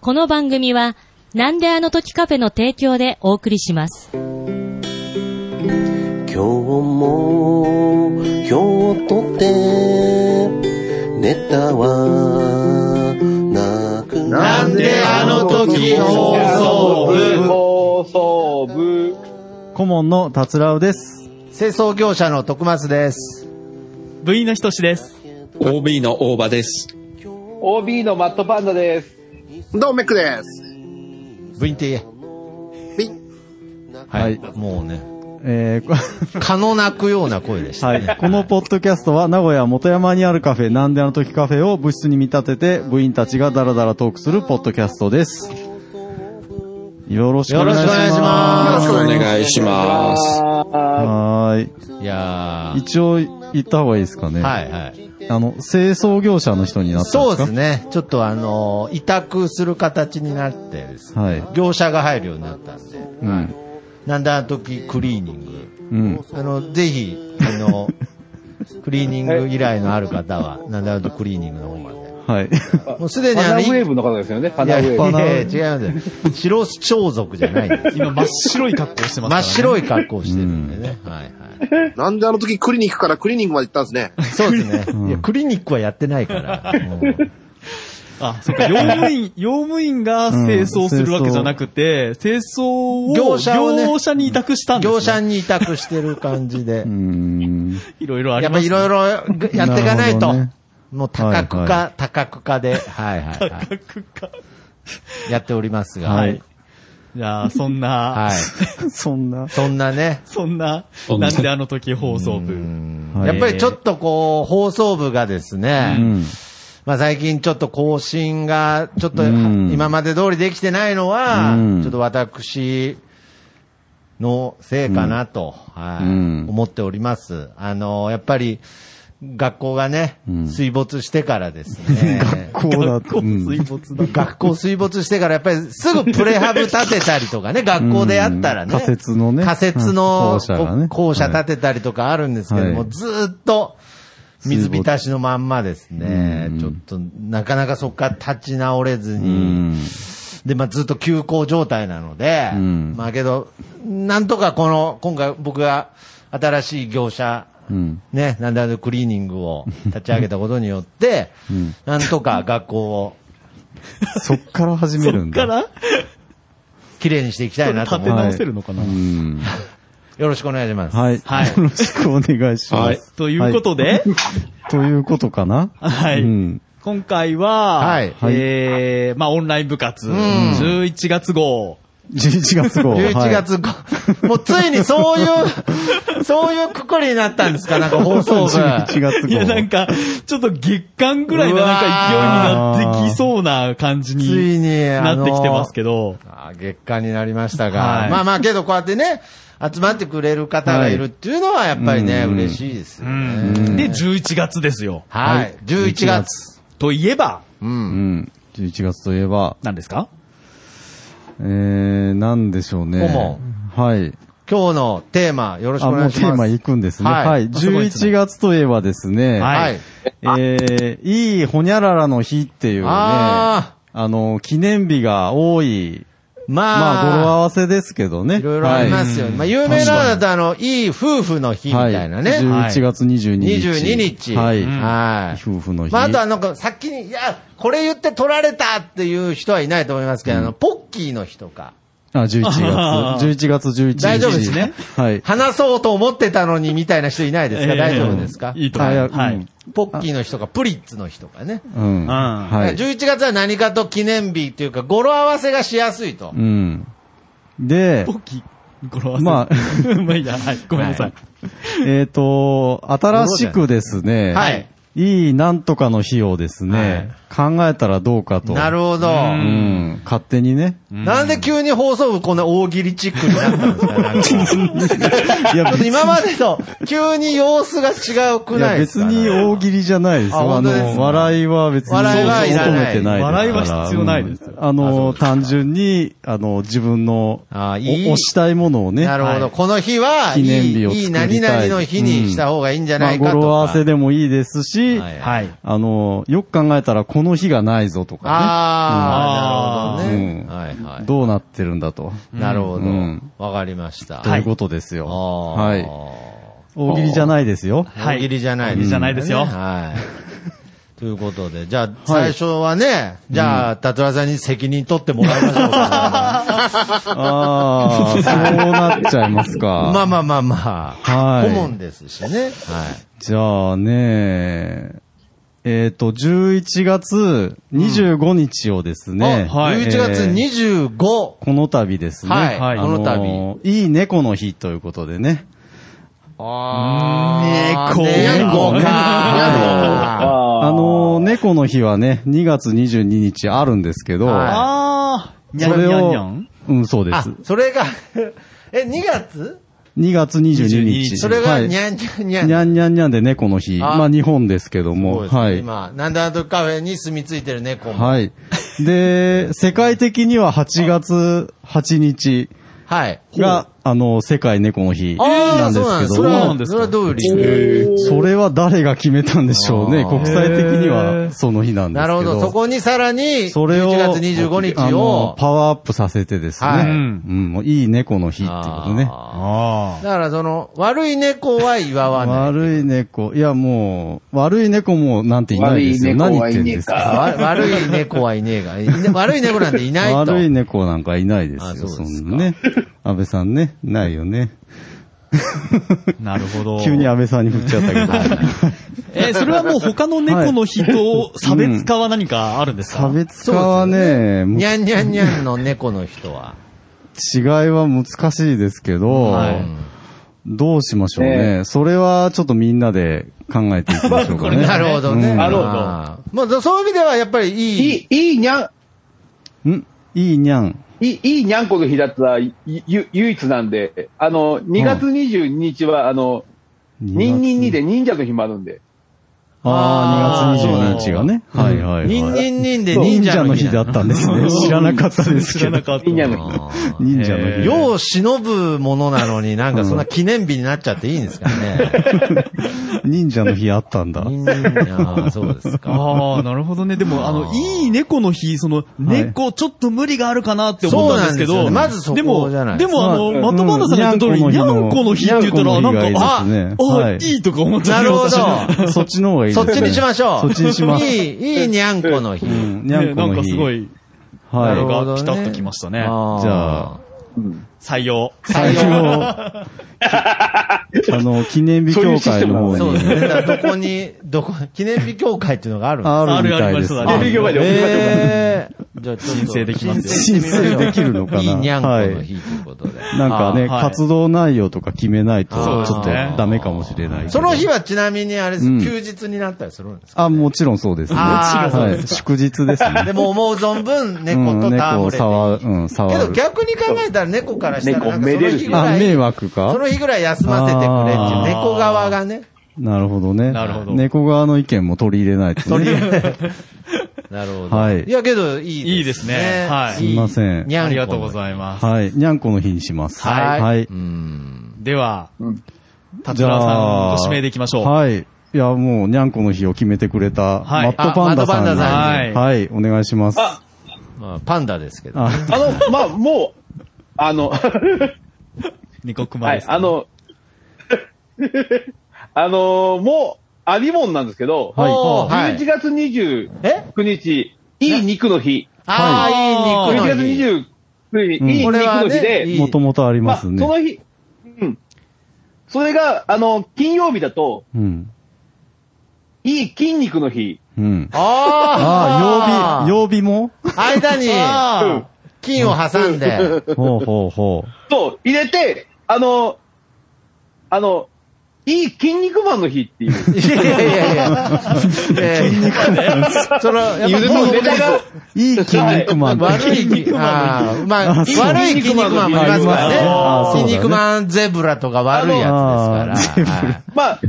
この番組は、なんであの時カフェの提供でお送りします。今日も今日とてネタはなくなんであの時放送部放送部。顧問の達郎です。清掃業者の徳松です。部員のひとしです。 OB の大場です。 OB のマットパンダです。どうもメックです。部員って言ピッえ。はい。もうね、えーこ 可能なくような声でした。はい。このポッドキャストは名古屋元山にあるカフェ、なんであの時カフェを部室に見立てて、部員たちがダラダラトークするポッドキャストです。よろしくおよ願ろいししくお願いしままよろしくおお願いし願いします。す。はーす。いやい。ー。一応言った方がいいですかね。はいはい。あの、清掃業者の人になったんそでうすかですね。ちょっとあのー、委託する形になってですね。はい。業者が入るようになったんで。うん。なんであの時クリーニング。うん。あの、ぜひ、あの、クリーニング依頼のある方は、なんであの時クリーニングの方まで。はい。もうすでにパあナの、ウェーブの方ですよね、パいナやウいェーパブ。ナウやいや、違うんですよ。白装束じゃないんです今真っ白い格好してま真すから、っね。白い格好してるんでね。はいはなんであの時クリニックからクリニングまで行ったんですね。い。そうですうんね。いや、クリニックはやってないから。もうあ、そっか。用務 員、用務員が清掃するわけじゃなくて、清掃を業者をね業者に委託したんです、ね。業者に委託してる感じでうー。ん。いろいろありやっまぱす、いろい ろやっていかないなるほとどね。もう多角はいは化、多角化で、はいはいは価格か。 い。やっておりますが。ははいい。じゃあ、そんな、そんな。そんなね。 そんな、んななんであの時放送う部。んはいやっぱりちょっとこう、放送部がですうね、ん。まあ最近ちょっと更新が、ちょっとうん今まで通りできてないのはうん、ちょっと私のせいかなと、はいうん思っております。あの、やっぱり、学校がね、ん水没してからです ね。こうだ学校うん水 没だ。学校水没してから、やっぱりすぐプレハブ建てたり とかね、学校であったらね。うん仮設のね仮設うん校の舎がねこ校舎建てたりとかあるんですけども、はいずーっと水浸しのまんまですねう。んちょっと、なかなかそこから立ち直れずうに。ん。で、まあずっと休校状態なので、うんまあけど、なんとかこの、今回僕が新しい業者、うん。ね、なんだクリーニングを立ち上げたことによって、んなんとか学校をそっから始めるんだ。から、綺麗にしていきたいなと思立てって。直せるのかな、うん。よろしくお願いします。はい。はいよろしくお願いします。はいということで、 ということかなはい。うん。今回は、はいえー、まあオンライン部活、11月号、 11月 号。 11はい。月5、もうついにそういう、そういうくくりになったんですかなんか放送部。 11月号。いや、なんか、ちょっと月間ぐらいのなんか勢いになってきそうな感じつにいに、なってきてますけど。ど。あー月間になりましたが。はいまあまあけど、こうやってね、集まってくれる方がいるっていうのはやっぱりね、はいうん嬉しいですようね。んで、11月ですよ。はい。11 11月。といえば、う。うんん。11月といえば、何ですかえー、なんでしょうね。顧問はい。今日のテーマ、よろしくあ、おも願ういテします。ーマ行くんですね。はいはい。あすごいですね11月といえばですね、はいはい。えー、いいほにゃららの日っていうね、ああの、記念日が多い、ーままあ、あ、語呂合わせですけどね。いろいろありますよね。まあ、有名なのだと、あの、いい夫婦の日みはたい。いなね。はい11月22日。 22日。はい。はい。夫婦の日。まあ、あとはなんか、先に、いや、これ言って取られたっていう人はいないと思いますけど、あの、ポッキーの日とか、あ、11月。11月11日。 大丈夫ですね。はい。話そうと思ってたのにみたいな人いないですかえー大丈夫ですかいいとあ思いうやはういん。ポッキーの日とか、プリッツの日とかね。うん。はい。 11月は何かと記念日っていうか、語呂合わせがしやすいとう。ん。でポ、ッキー、語呂合わせ。まあ、 まあいいや、はい。ごめんなさい。えっと、新しくですね、はい。いいなんとかの日をですね、考えたらどうかと。なるほど。う。なん勝手に ね。んで急に放送部こんな大喜利チックになったんですか なんかいやちょっと今までと急に様子が違うくいなやいです別かに大喜利じゃないですあよ。あ本当ですかの、笑いは別に笑いはいら求なめいてないですから。笑いは必要ないですうんあの、単純に、あの、自分の、あおいい推したいものをね。なるほど。はいこの日は、記い念日をい、作いいりたい何々の日にした方がいいんじゃないかとか。まあ語呂合わせでもいいですし、はいはい。あの、よく考えたらこの日がないぞとかね。ああ、はい。どうなってるんだと。なるほどうん。わかりました。ということですよ。は。はいい。大喜利じゃないですよ。はい大喜利じゃない大喜利じゃないですよはい。ということで、じゃあ、最初はね、じゃあ、達郎さんに責任取ってもら いましょうか。あ あ、そうなっちゃいますか。まあまあまあまあ、はい顧問ですしね。はじゃあね、えっ、と、11月25日をですね、い。11月えー25。この度ですね。はいはいあのーこのいい猫の日ということでね。あ猫猫か。あのー猫の日はね、2月22日あるるんですけど、はあー、にゃそんにれゃんにゃをん、うん、そうであす。、それが、え、2月2月22 22日。日それはが、いににゃゃんにゃんにゃん。んにゃんにゃんで猫の日。あまあ日本ですけども、そうですねはい。今、なんだとカフェに住み着いてる猫も。はい。で、世界的には8月8日。はい。が、あの、世界猫の日あなあ、んでそうなんすけですどそれはも、それはどういう理由それは誰が決めたんでしょうね。あー国際的にはその日なんですなけるど。ほど。そこにさらに、それを、 11月25あ日のを、パワーアップさせてですね。はういん、もういい猫の日ってことね。ああーだからその、悪い猫は言わない。悪い猫。いや、もう、悪い猫もなんていないですよ。何悪い猫言はっいてんねえですかか。わ悪い猫はいねえが。いね悪い猫なんていないと。悪い猫なんかいないですよ。あそうそですかんなね。安倍さんね、ないよね。ー、なるほど。急に安倍さんに振っちゃっ たけど。えー、それはもう他の猫の日と差別化は何かあるんですか、差別化はね、にゃんにゃんにゃんの猫の人は。違いは難しいですけど、いどうしましょうね、それはちょっとみんなで考えていきましょうかね。 なるほどね。うんなるほどあー。まあ、そういう意味ではやっぱりいい。いい、いいにゃん、んいいにゃん。いい、いいにゃんこの日だったら、ゆ、ゆ唯一なんで、あの、2月22日は、あの、ニンニンニで忍者の日もあるんで。ああ、あー2月22日がね。はいはいはい。ニンニンニンで忍忍者者のの日日だったんですね。知らなかったです知けらどな。かった。いいにゃんの日。あー忍者 の日。よう忍ぶものなのになんかそんな記念日になっちゃっていいんですかね。忍者の日あったんだ。人間ああ、そうですか。ああ、なるほどね。でも、あの、いい猫の日、その、猫、ちょっと無理があるかなって思ったんですけそうど。なんですよねまずそこでも、じゃないでも、あの、まあマットバンダさんが言った通り、うんににゃゃんんここのの日日って言ったら、になゃんんこの日がいいでか、あ、すねあはいいいとか思っちゃなうるほど。そっちの方がいいでそすっね。ちにしましょう。そっちにしますいい、いいにゃんこの日。うんにゃねんこなんのかす日。ごい、はないる。ほどねピタッときましたねあーじゃあ、採用。採用。あの、記念日協会の方に。そうですね。だからどこに、どこ、記念日協会っていうのがあるんですあるみたいです。あるありますある記念日協会で送りましょうかえーじゃあちょっと申請できます申請できるのかないいにゃんこの日ということで。なんかね、あはい活動内容とか決めないと、そうでちすょっとねダメかもしれない。その日はちなみにあれです、うん休日になったりするんですかあ、もちろんそうですね。あーそうはですい。祝日ですで ね。も思う存分猫うとん猫戯をれていい触る、うん、け触どる。逆に考えたら猫からしたら、猫なんかその日ぐあ、ら迷い、惑そかの日ぐらい休ませてくれっていう、あー猫側がね。なるほどね。なるほど猫側の意見も取り入れないとね。 なるほど。はいい、やけど、いいいいですねはいすいませんにゃんあこりがとうございます。はい。にゃんこの日にします。はいはい。うん。では、達じゃ郎さん、あご指名でいきましょう。はい。いや、もう、にゃんこの日を決めてくれた、はいマットパンダさんに。あマットパンダさんにはい。お願いします。あまあ、パンダですけど。ああの、まあ、もう、あの、ニコクマはでいす、ね。あの、 あのもう、ありもんなんですけど、はいおーはい11月29え日、いい肉の日。ああ、いい11肉月の日。 29日、うんいい肉これはの日ね、いで、いもともとありままあ、そすね。の日、うん。それが、あの、金曜日だと、うん。いい筋肉の日。うん。あああ、、あ曜日、曜日も日。間に、うん。金を挟んで、ほうほうほと、入れて、あの、あの、いい筋肉マンの日って いう。いやいやいやいや。ええその、やっぱゆりずのネタが、う。いい筋肉マンって悪い筋肉マン。まあ、悪い筋肉マンもいますからねあー。そうだね筋肉マンゼブラとか悪いやつですから。はいまあ、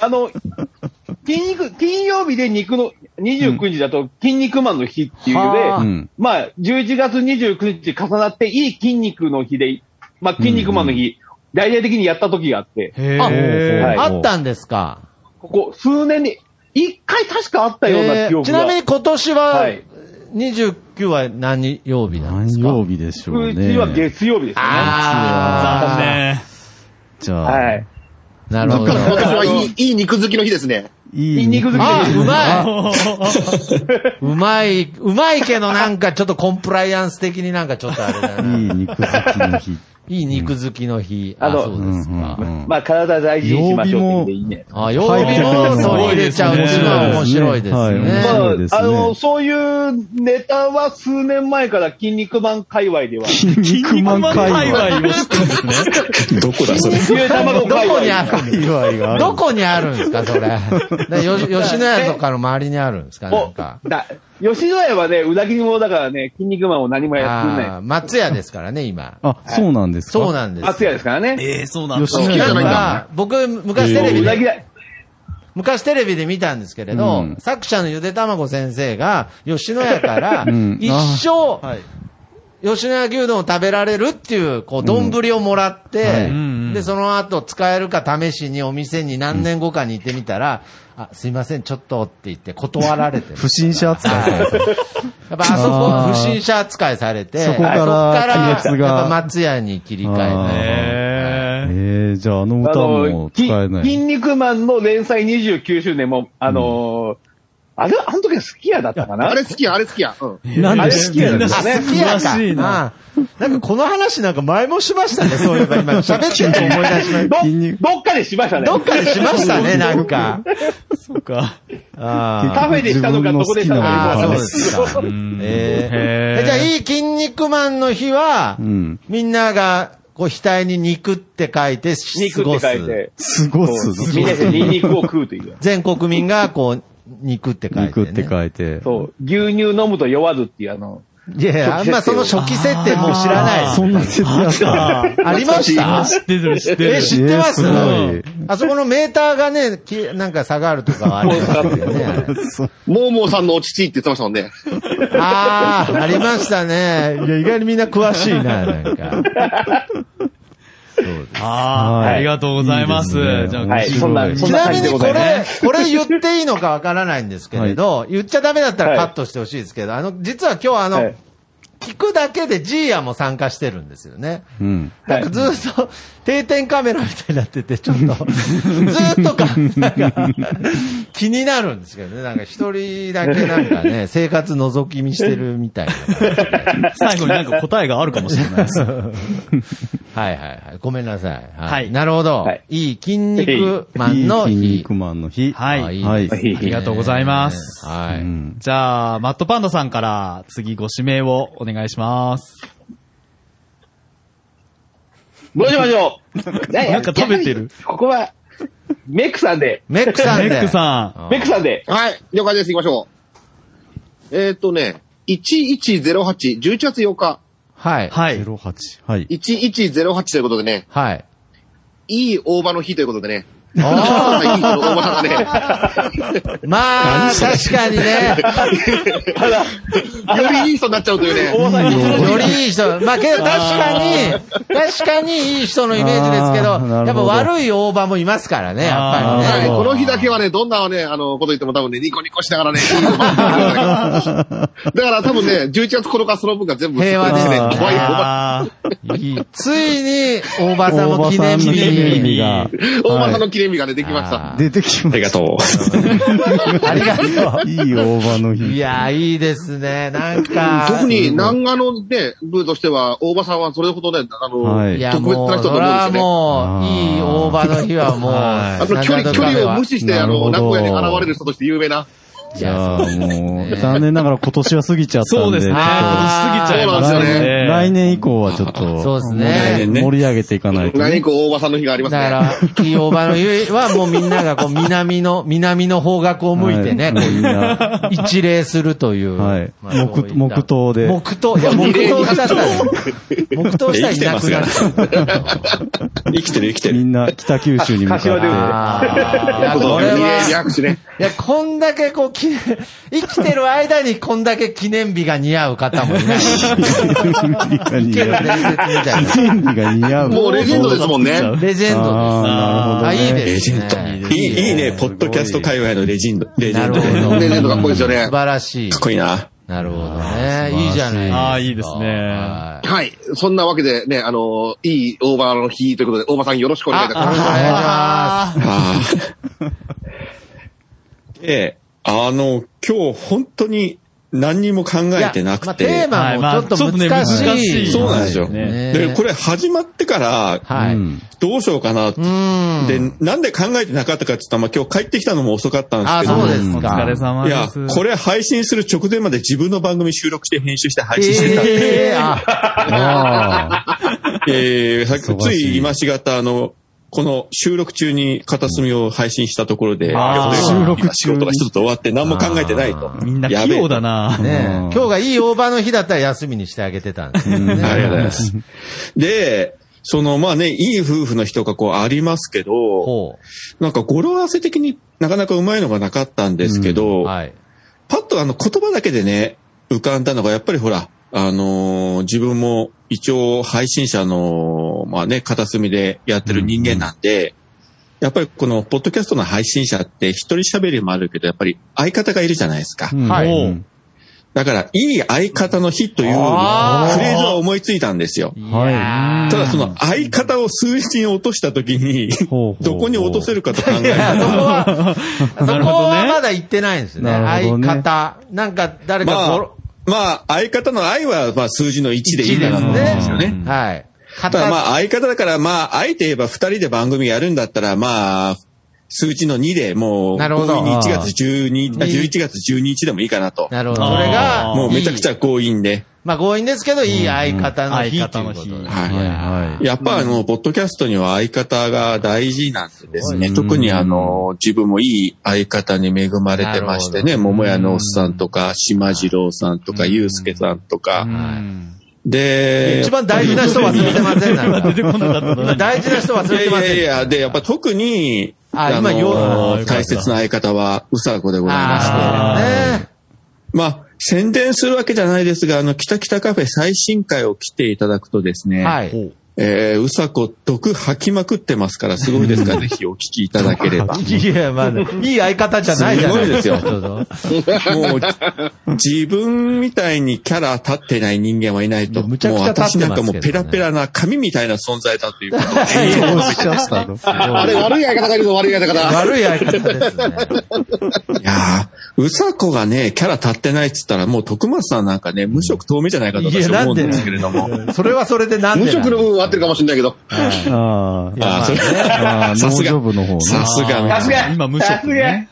あの、筋肉、金曜日で肉の、29日だと筋肉マンの日っていうので、はあうんまあ、11月29日重なっていい筋肉の日で、まあ、筋肉マンの日、大々的にやった時があって、へはーいあったんですか。ここ数年に、一回確かあったような記えー憶ちが。なみに今年ははい、 29は何曜日なんで何すか曜日でしょううね。ちは月曜日ですよね。あ残念。じゃあ、はい。ー。なるほど。 今年はいい、いい肉好きの日ですね。いニいンニク好きあです。ー、うまい。うまい、うまいけどなんかちょっとコンプライアンス的になんかちょっとあれだいな。い肉好きの日。いい肉好きの日。ああ、のそうですか。うんまあ、体大事にしましょうって意味でいいね。あ、曜日も取り入れちゃうっていうのは面白いですはい面ね。白いまあそうで、すねあの、そういうネタは数年前から筋肉マン界隈では、 筋肉マン界界隈。隈を知ってるんですね。どこだ、それ。ゆで卵ど界こ隈にであるんです界隈があかるどこにあるんですか、それ。でよ吉野家とかの周りにあるんですか、なんもか。うだ吉野家はね、うなぎ者だからね、筋肉マンを何もやってない。あー松屋ですからね、今。あ、そうなんですかそうなんです。松屋ですからね。ええ、そうなんだ。吉野家じゃないんはだ僕、昔テレビうなぎで、だ。昔テレビで見たんですけれど、うん作者のゆでたまご先生が、吉野家から うん、一生、吉野家牛丼を食べられるっていう、こう、丼をもらって、はいうんで、その後使えるか試しにお店に何年後かに行ってみたら、あ、すいません、ちょっとって言って断られてる。 不審者扱いされてる。やっぱあそこあー不審者扱いされて、そこから亀そこ裂からがやっぱ松屋に切り替えて。ええ。えー、じゃああのあ歌もの、使きえない。筋肉マンの連載29周年も、あのーあれ、あの時は好きやだったかなあれ好きや、あれ好きや。うん。なんであれ知好っきてるやんでですすかね。好きや詳しいなあなんかこの話なんか前もしましたね、そういえば 今。喋ってると思い出しました。筋肉どどっかでしましたね。 どっかでしましたね、なんか。そうか。あカフェでしたのか、どこでしたのか。あ自ー、分の好きなそうものでですか。えへーーじゃあ、いい筋肉マンの日はう、ん。みんなが、こう、額に肉って書いて、肉過ってご書いす。て。すごす。そうみんなでニンニクを食うという。全国民が、こう、肉って書いて、肉って書いて。そう。牛乳飲むと酔わずっていう、あの、いやいや、あんまその初期設定もう知らない。そんな設定あった。ありました知ってる、知ってるえ、。知ってますえーすあそこのメーターがね、きなんか下がるとかはありますよね。モーモーさんのお乳って言ってましたもんね。ああ、ありましたね。いや、意外にみんな詳しいな、なんか。ああ、はいありがとうございます。いいですねじゃあ、はい、そんな、そちんなな感みじでにごこざいますれね。、これ言っていいのかわからないんですけれど、言っちゃダメだったらカットしてほしいですけど、あの、実は今日あの、はい聞くだけでジーヤも参加してるんですよね。うん。なんかずっと定点カメラみたいになってて、ちょっと、ずっとか、なんか、気になるんですけどね。なんか一人だけなんかね、生活覗き見してるみたいな。最後になんか答えがあるかもしれないです。はいはいはい。ごめんなさい。は。はいいなるほどはい。いい筋肉マいいンの筋日肉。マンの日。はいい。いはでい。すね。いありがとうございますはうい。んじゃあ、マットパンダさんから次ご指名をお願いします。どうしましょう。ねなんか食べてる。ここは、メックさんで、メックさんメで。ックさん。んメックさんで、はい、了解です。行きましょう。えーっ、とね、1108、11月8日、はい。はい。 08。はい。 1108ということでね、 はい。いい大葉の日ということでね、あいい大葉なーまあ、確かにね。ので、よりいい人になっちゃうというね、大阪によりいい人。まあ、けど確かに、確かにいい人のイメージですけど、あーなやっるほぱど悪い大場もいますからね、やっぱはりい、ね。この日だけはね、どんなね、あの、こと言っても多分ね、ニコニコしながらね、いい大葉って言ってくれるからだから多分ね、11月9日その分が全部平和ですねね、怖い大葉。あーいいついに、大場さんも記念日大場さんの記念に。日が。大葉さんの記念日がね、できました。あー出てきあまりがしとう。ありがとた。いい大葉のう。い日。やー、いいですね。なんか。特に、南賀のね、部としては、大場さんはそれほどね、あの、はいいや、特別もなう、人だとそ思うんですよね。れはもう、いい大場の日はもう、あの、距離、距離を無視して、あの、な名るほど古屋に現れる人として有名な。いじやゃあそうですもう、残念ながら今年は過ぎちゃったんで。そうですね。ちょっと今年過ぎちゃいましそうたなんですよね。来年以降はちょっと、そうですね来年ね盛り上げていかないと。何個大場さんの日がありまだすかね。ら、いい大場の日はもうみんながこう、南の、南の方角を向いてね、はみんな、こう一礼するという。はいまあそういった黙黙祷で黙祷、いや、黙祷したら、黙祷したらいなくな生るき。生きてる、生きてみる。んな北九州に向か柏で打つっあーいやそうこれは、握手ね。いや、こんだけこう、き生きてる間にこんだけ記念日が似合う方もいな い。て、生ける伝説みたいな。倫理が似合う。もうレジェンドですもんね。レジェンドであす。ーなあ、るほどねいいレでジすェンド。ね。いい、いいね、ポッドキャスト界隈のレジェンド。レジェなンるドほね。ど。レジェンドかっこいいですよね素晴らしい。かっこいいな。なるほどあー素晴らしね。いいいじゃないですか。あーいいですねはいはい。そんなわけでね、あのーいい大場の日ということで、大場さんよろしくお願いいたしあまおす。願いします。あーで、あの、今日本当に何にも考えてなくいやまあて、テーマもちょっとはいまあ難しい。ちょっとね難しいそうなんですよ。ねで、これ始まってから、はい。ううんんどうしようかなって。で、なんで考えてなかったかって言ったら、まあ今日帰ってきたのも遅かったんですあ、けど、そうですおか。疲れ様いでやす。、これ配信する直前まで自分の番組収録して編集して配信してたんで、ええあ、えーさっ忙きしいつい今しがた、あの、この収録中に片隅を配信したところで、あー収収録中録に仕事が一つ終わって何も考えてないと。みんな器用だなねえ今日がいい大場の日だったら休みにしてあげてたんですけどね。ありがとうございます。 で、その、まあね、いい夫婦の日とかこうありますけど、ほなんか語呂合わせ的になかなかうまいのがなかったんですけど、う。はい。パッとあの言葉だけでね、浮かんだのが、やっぱりほら、あのー自分も一応配信者の、まあね、片隅でやってる人間なんで、やっぱりこの、ポッドキャストの配信者って一人喋りもあるけど、やっぱり相方がいるじゃないですか。はいうんだから、いい相方の日というフレあーーズは思いついたんですよ。はいやーただその相方を数字に落としたときに、ほうほうどこに落とせるかと考えいたや、そこら、は、そこなるほどはねまだ言ってないんですね。なるほど相ね方。なんか誰かまゴあロ、、まあ、相方の愛は、まあ、数字の1でいいかなと思うんですよね。はい。ただあ、まあ相方だからまあ、あえて言えば二人で番組やるんだったらまあ、数値の2でもう、なるほど強引に1月12、あ11月12日でもいいかなと。なるほど。それが、あーもうめちゃくちゃ。ゃ強引で。まあ強引ですけど、いい相方の日ということで。うんははいい。はい。やっぱあの、ポッドキャストには相方が大事なんですうね。ん特にあの、自分もいい相方に恵まれてましてね、桃屋のおっさんとか、島次郎さんとか、ゆうすけさんとか。で、一番大事な人忘れてませんなんか出てこなかったな。大事な人忘いやれていまやいせん。や、で、やっぱ特に、ああ今ようあーよかの、った大切な相方は、うさこでございまして。あーねまあ、宣伝するわけじゃないですが、あの、北北カフェ最新回を来ていただくとですね、はい。えー、うさこ毒吐きまくってますから、すごいで すから、ぜひお聞きいただければ。いや、まあ、いい相方じゃないじゃないすごいよ。もう、自分みたいにキャラ立ってない人間はいないと。いやむちゃくちゃ立ってますけどねもう私なんかもうペラペラな神みたいな存在だということをどうしちゃった の あれ、悪い相方がいるぞ、悪い相方。悪い相方ですね。 いやー、うさこがね、キャラ立ってないっつったら、もう徳松さんなんかね、無色透明じゃないかといや私な思んうんでですけれども。それはそれでなんで無なん職の部分は合ってるかもしれないけど。あーあーそれあー、さ農すが業部の方ね。さすがあーね。今無職ね。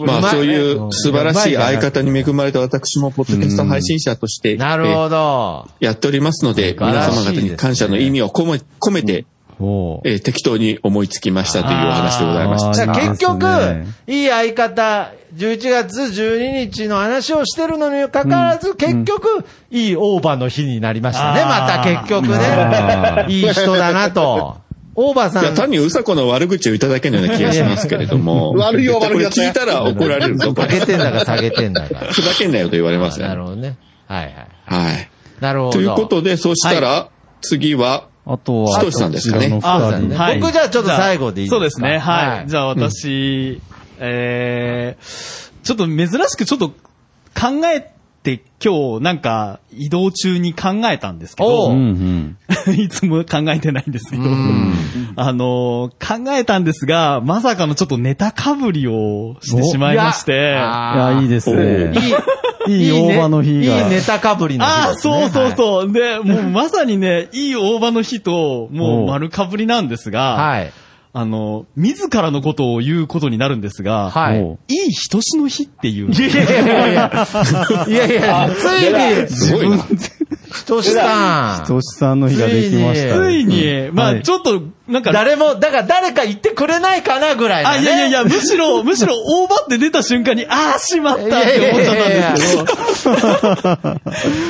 まあそういううまい素晴らしい相方に恵まれた私も、ポッドキャスト配信者として、なるほど。えーやっておりますので、素晴皆らしい様方に感謝の意味を込め込めて、ほうえー適当に思いつきましたというお話でございました。あーじゃあ結局いいですね、いい相方、11月12日の話をしてるのにもかかわらず、結局、いいオーバーの日になりましたね。あまーた結局あね。いい人だなと。オーバーさいや、ん単にうさこの悪口をいただけのような気がしますけれ ども。悪いよ絶対悪いやつこれ聞いたら怒られるぞ、こ下れ。げてんだか下げてんだか。ふざけんなよと言われますなねる。ほどね。はいはい。はい。なるほど。ということで、そしたら、次は、あとは、ひとしさんですかねこちらの二人ねはい僕じゃあちょっと最後でいいですかそうですね、はい。はいじゃあ私、えー、ちょっと珍しくちょっと考えて今日なんか移動中に考えたんですけおどう、んううん。 いつも考えてないんですけど、あのー考えたんですが、まさかのちょっとネタかぶりをしてしまいまして、あいや、いいですね。いい、いい大葉の日がいいネタかぶりの日あでー、すね。そうそうう。そう。で、もうまさにね、いい大場の日と、もおうう丸かぶりなんですが、はい。あの、自らのことを言うことになるんですが、はい。おういい人しの日っていう。いやいやいや。 いやいや、ついに、すごいな。ひとしさん。としさんの日ができましたね。ついに、うんまはあいちょっと、なんか、誰も、だから誰か言ってくれないかなぐらいのあ、ね。いやいやいや、むしろ、むしろ、大場って出た瞬間に、ああ、しまったって思っちゃったんですけど。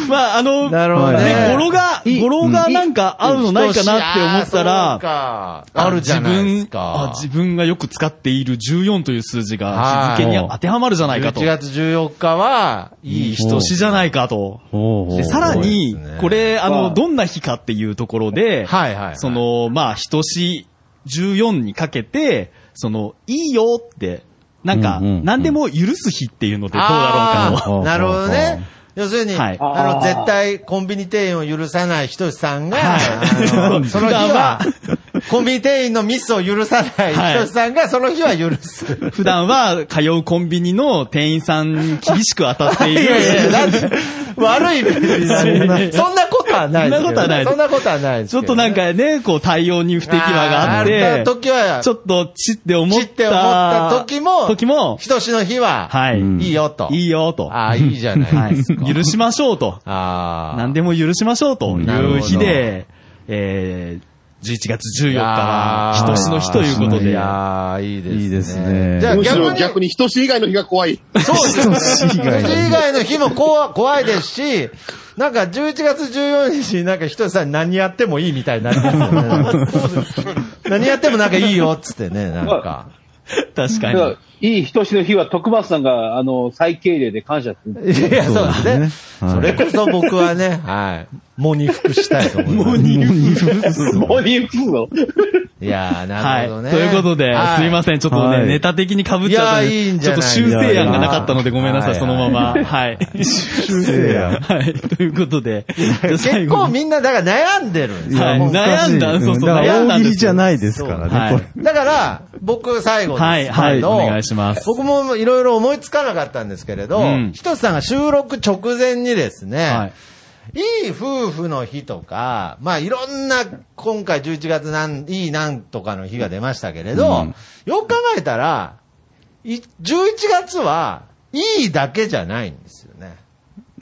まあ、あの、なるほどねね語呂が、語呂がなんか合うのないかなって思ったあそうら、かあるじゃないですか。自分あ、自分がよく使っている14という数字が日付に当てはまるじゃないかと。 11い月14日は、いいい人しじゃないかと。ほうほうで、さらにそうですね、これ、あまあの、どんな日かっていうところで、はいはいはいその、まあ、ひとし14にかけて、その、いいよって、なんか、うんうんうん何でも許す日っていうのでどうだろうかを。 あーなるほどね。要するに、はいああの、ー絶対コンビニ店員を許さないひとしさんが、あのその日まあまはあ、コンビニ店員のミスを許さないはいひとしさんが、その日は許す。 普段は通うコンビニの店員さんに厳しく当たっていいる。やいや、なんで、悪い別にそんなことはないですけどね。そんなことはないですそんなことはないですちょけっどとね。なんかね、こう対応に不適和があって、あった時は、ちょっとチって思った。チって思った時も時も、ひとしの日は、はい。うんいいよと。いいよと。ああ、いいじゃなはいいですか。。 許しましょうと。ああ。何でも許しましょうという日なで、えー、11月14日は、いやー人しの日ということいで、やーいいですね。いいですねじゃあむしろ逆に、逆に人志以外の日が怖い。そうです人ね。志以外の日人志以外の日も怖怖いですし、 なんか11月14日になんかひとしさん何やってもいいみたいになりますよね。 何やってもなんかいいよっつってね、なんか。確かだに。からいい人志の日は徳松さんが、あの、最敬礼で感謝す る。いや、そうですね。そそうれですこそ僕はね、はい。喪に服したいと思います。もう言うのいやー、なはるい。ほどね。ということで、すいません。ちょっとはね、いネタ的に被っちゃったいやいいんじちょゃっないと修正案がなかったのでいやごめんなさい、はいそのまま。はい。修正案はい。ということで、じゃあ結最後構にみんな、だから悩んでるんですよ。はいもう難しい悩んだそうそうだから悩んだ大ん喜ですよ利じゃないですからそうね、はこいだから、僕最後ですはいはいあのお願いします僕もいろいろ思いつかなかったんですけれど、うんひとつさんが収録直前にですね、はいいい夫婦の日とか、まあいろんな、今回11月なん、いいなんとかの日が出ましたけれど、よく考えたら、い11月は、いいだけじゃないんですよね。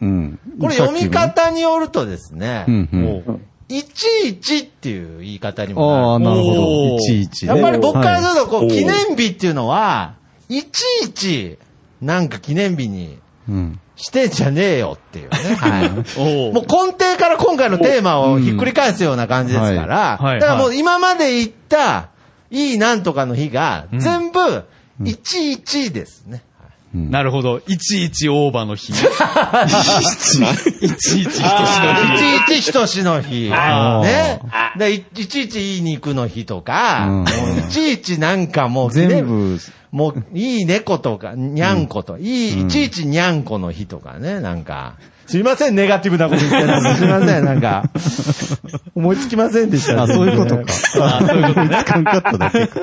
れ。うんこれ読み。方によるとですねう、んうん。 11っていう言い方にもなるんですよああ、なるほおど。ーいちいちね。やっぱり僕からすはると、こはう、い記念日っていうのは、いちいち、なんか記念日にいうんしてんじゃねえよっていうね。はい。おもうう根底から今回のテーマをひっくり返すような感じですから、うんはいはいだからもう今まで言った、いいなんとかの日が、全部、11ですね。なるほど。いちいちオーバーの 日。いちいいち人の日。ちいちひとしの日。あーね。でいいちいちいい肉の日とか、うんもういちいちなんかもう記念全日部、もう、いい猫とか、にゃんこと、いい、いちいちにゃんこの日とかね、なんか。すいません、ネガティブなこと言って ない。すいません、なんか。思いつきませんでした、あ、そういう ことか。あそういうことね追いつかんかっただけか。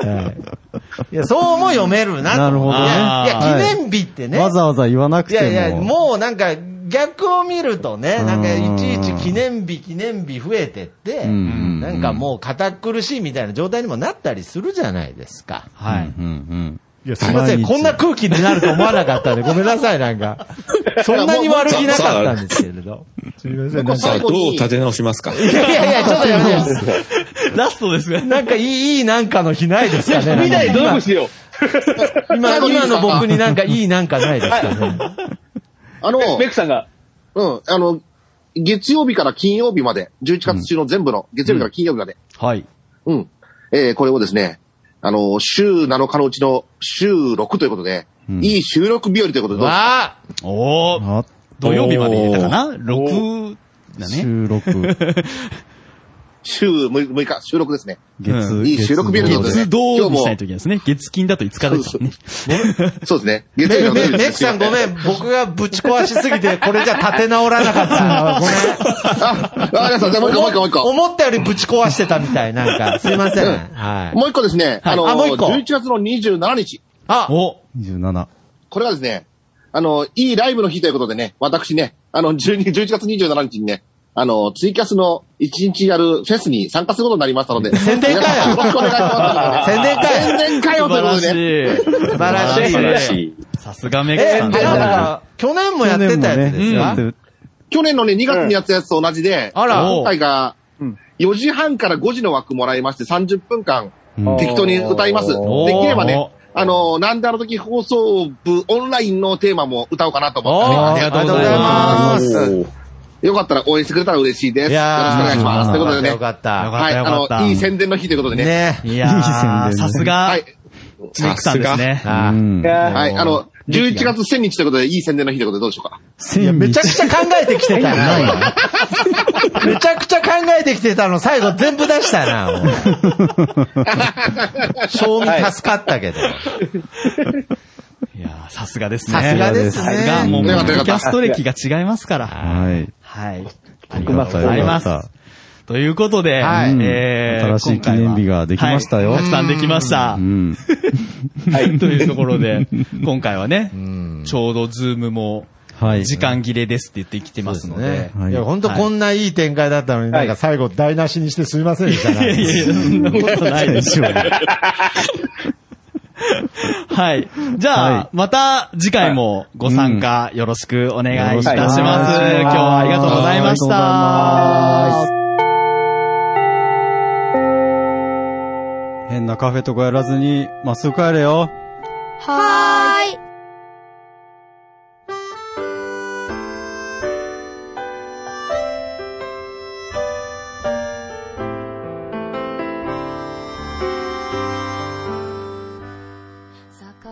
いや、そうも読めるなと。なるほどねいやいや、はい記念日ってね。わざわざ言わなくいても。やいや、もうなんか、逆を見るとね、なんか、いちいち記念日、記念日増えてって、うんなんかもう堅苦しいみたいな状態にもなったりするじゃないですか。はい。うんうんいや、すいませ毎ん。日こんな空気になると思わなかったんで、ごめんな さい、なんか。そんなに悪気なかったんですけれど。すいません。なんかさあ、どう立て直しますかいやいや、ちょっとやめてよ。ラストですね。なんかいい、いいなんかの日ないですかね。みたいに努力しよう。今、今の僕になんかいいなんかないですかね。あの、ベックさんが、うん、あの、月曜日から金曜日まで、11月中の全部の、月曜日から金曜日まで、はい。うん、えーこれをですね、あの、週7日のうちの週6ということで、いい収録日和ということで、どうぞわあおうーん。あ、土曜日まで入れたかな ?6 だね。収 録。週 6, 6日、収録ですね。月、うんいい収録日和ということで、月今土日にもしないといけないですね。月金だと5日ですね。そうですね。め月曜日めのメックさんごめん。僕がぶち壊しすぎて、これじゃ立て直らなかった。ごめん。あ、わかりました。じゃあもう一個、もう一個、もう一個。思ったよりぶち壊してたみたい。なんか、すいません。はい。もう一個ですね。あの、あもう一個11月の27日。あ、お、 27。これがですね、あの、いいライブの日ということでね、私ね、あの、12 11月27日にね、あの、ツイキャスの1日やるフェスに参加することになりましたので。宣伝かよ皆さんよろしくお願いします。宣伝か宣よ伝かよ素という晴こらとでね。素晴らししい。い。素晴らしい。さすがメックえ、ださんから、去年もやってたやつですよ去か年もね去年のね、2月にやったやつと同じで、あら今回が、4時半から5時の枠もらいまして、30分間、適当に歌います。でおーきればね、あの、なんであの時放送部オンラインのテーマも歌おうかなと思っておりおまーすありがとうございあま。りがとうございますすよかったら応援してくれたら嬉しいです。いよろしくおやー願いします。ということでねよ。かった。よかっはい、よあかったの、いい宣伝の日ということでたね。ね。いやいい宣伝ー、ねさすはが、い、メックさんですね。うあーん。はい、あの、11月1000日ということで、いい宣伝の日ということでどうでしょうか。いや、めちゃくゃ。ちゃ考えてきてた な。めちゃくちゃ考えてきてたの、最後全部出したな。もう賞味助かったけど。いやーさすがですね。さすがですねさすが、もう、ポよッかったよドかったキャスト歴が違いますから。はい。はい。ありがとうございますよかっ。ということで、はいえー新しい記念日ができましたよ今回ははいたくさんできましたう。ん。はい。というところで、今回はねう、ん。ちょうどズームも、はい。時間切れですって言ってきてますので。はいいや、本当こんないい展開だったのに、はなんいか最後台無しにしてすみませんでしたいやいやいね。や、そんなことないでしょう。はい。じゃあ、はいまた次回もご参加よろしくお願いいたします。よろしくお願いします今日はありがとうございました。あ変なカフェとかやらずに、まっすぐ帰れよ。はーい。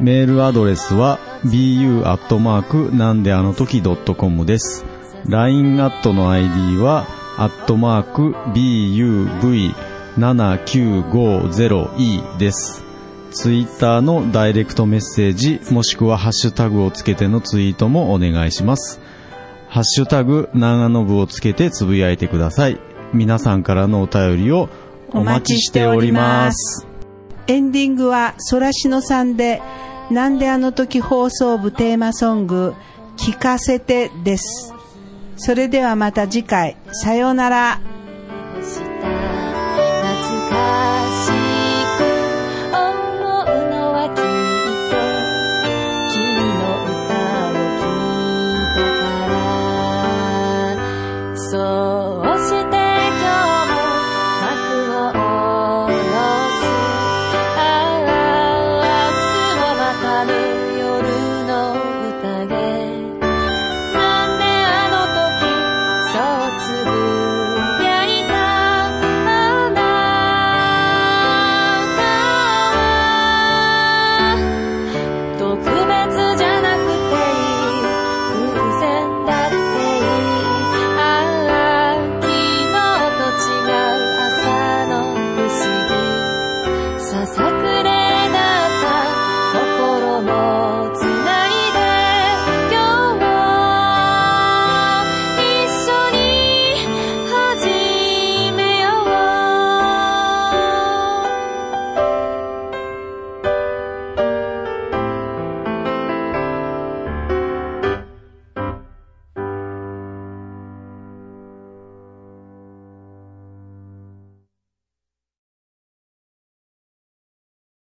メールアドレスは bu アットマークなんであの時 .com です。LINE アットの ID はアットマーク buv7950e です。ツイッターのダイレクトメッセージもしくはハッシュタグをつけてのツイートもお願いします。ハッシュタグ長野部をつけてつぶやいてください。皆さんからのお便りをお待ちしております。エンディングはソラシノさんで、なんであの時放送部テーマソング、聞かせてです。それではまた次回、さようなら。した懐かしく思うのはきっと君の歌を聴いたからそうして今日も幕を下ろすああ明日はまたの夜の宴なんであの時そうつぶ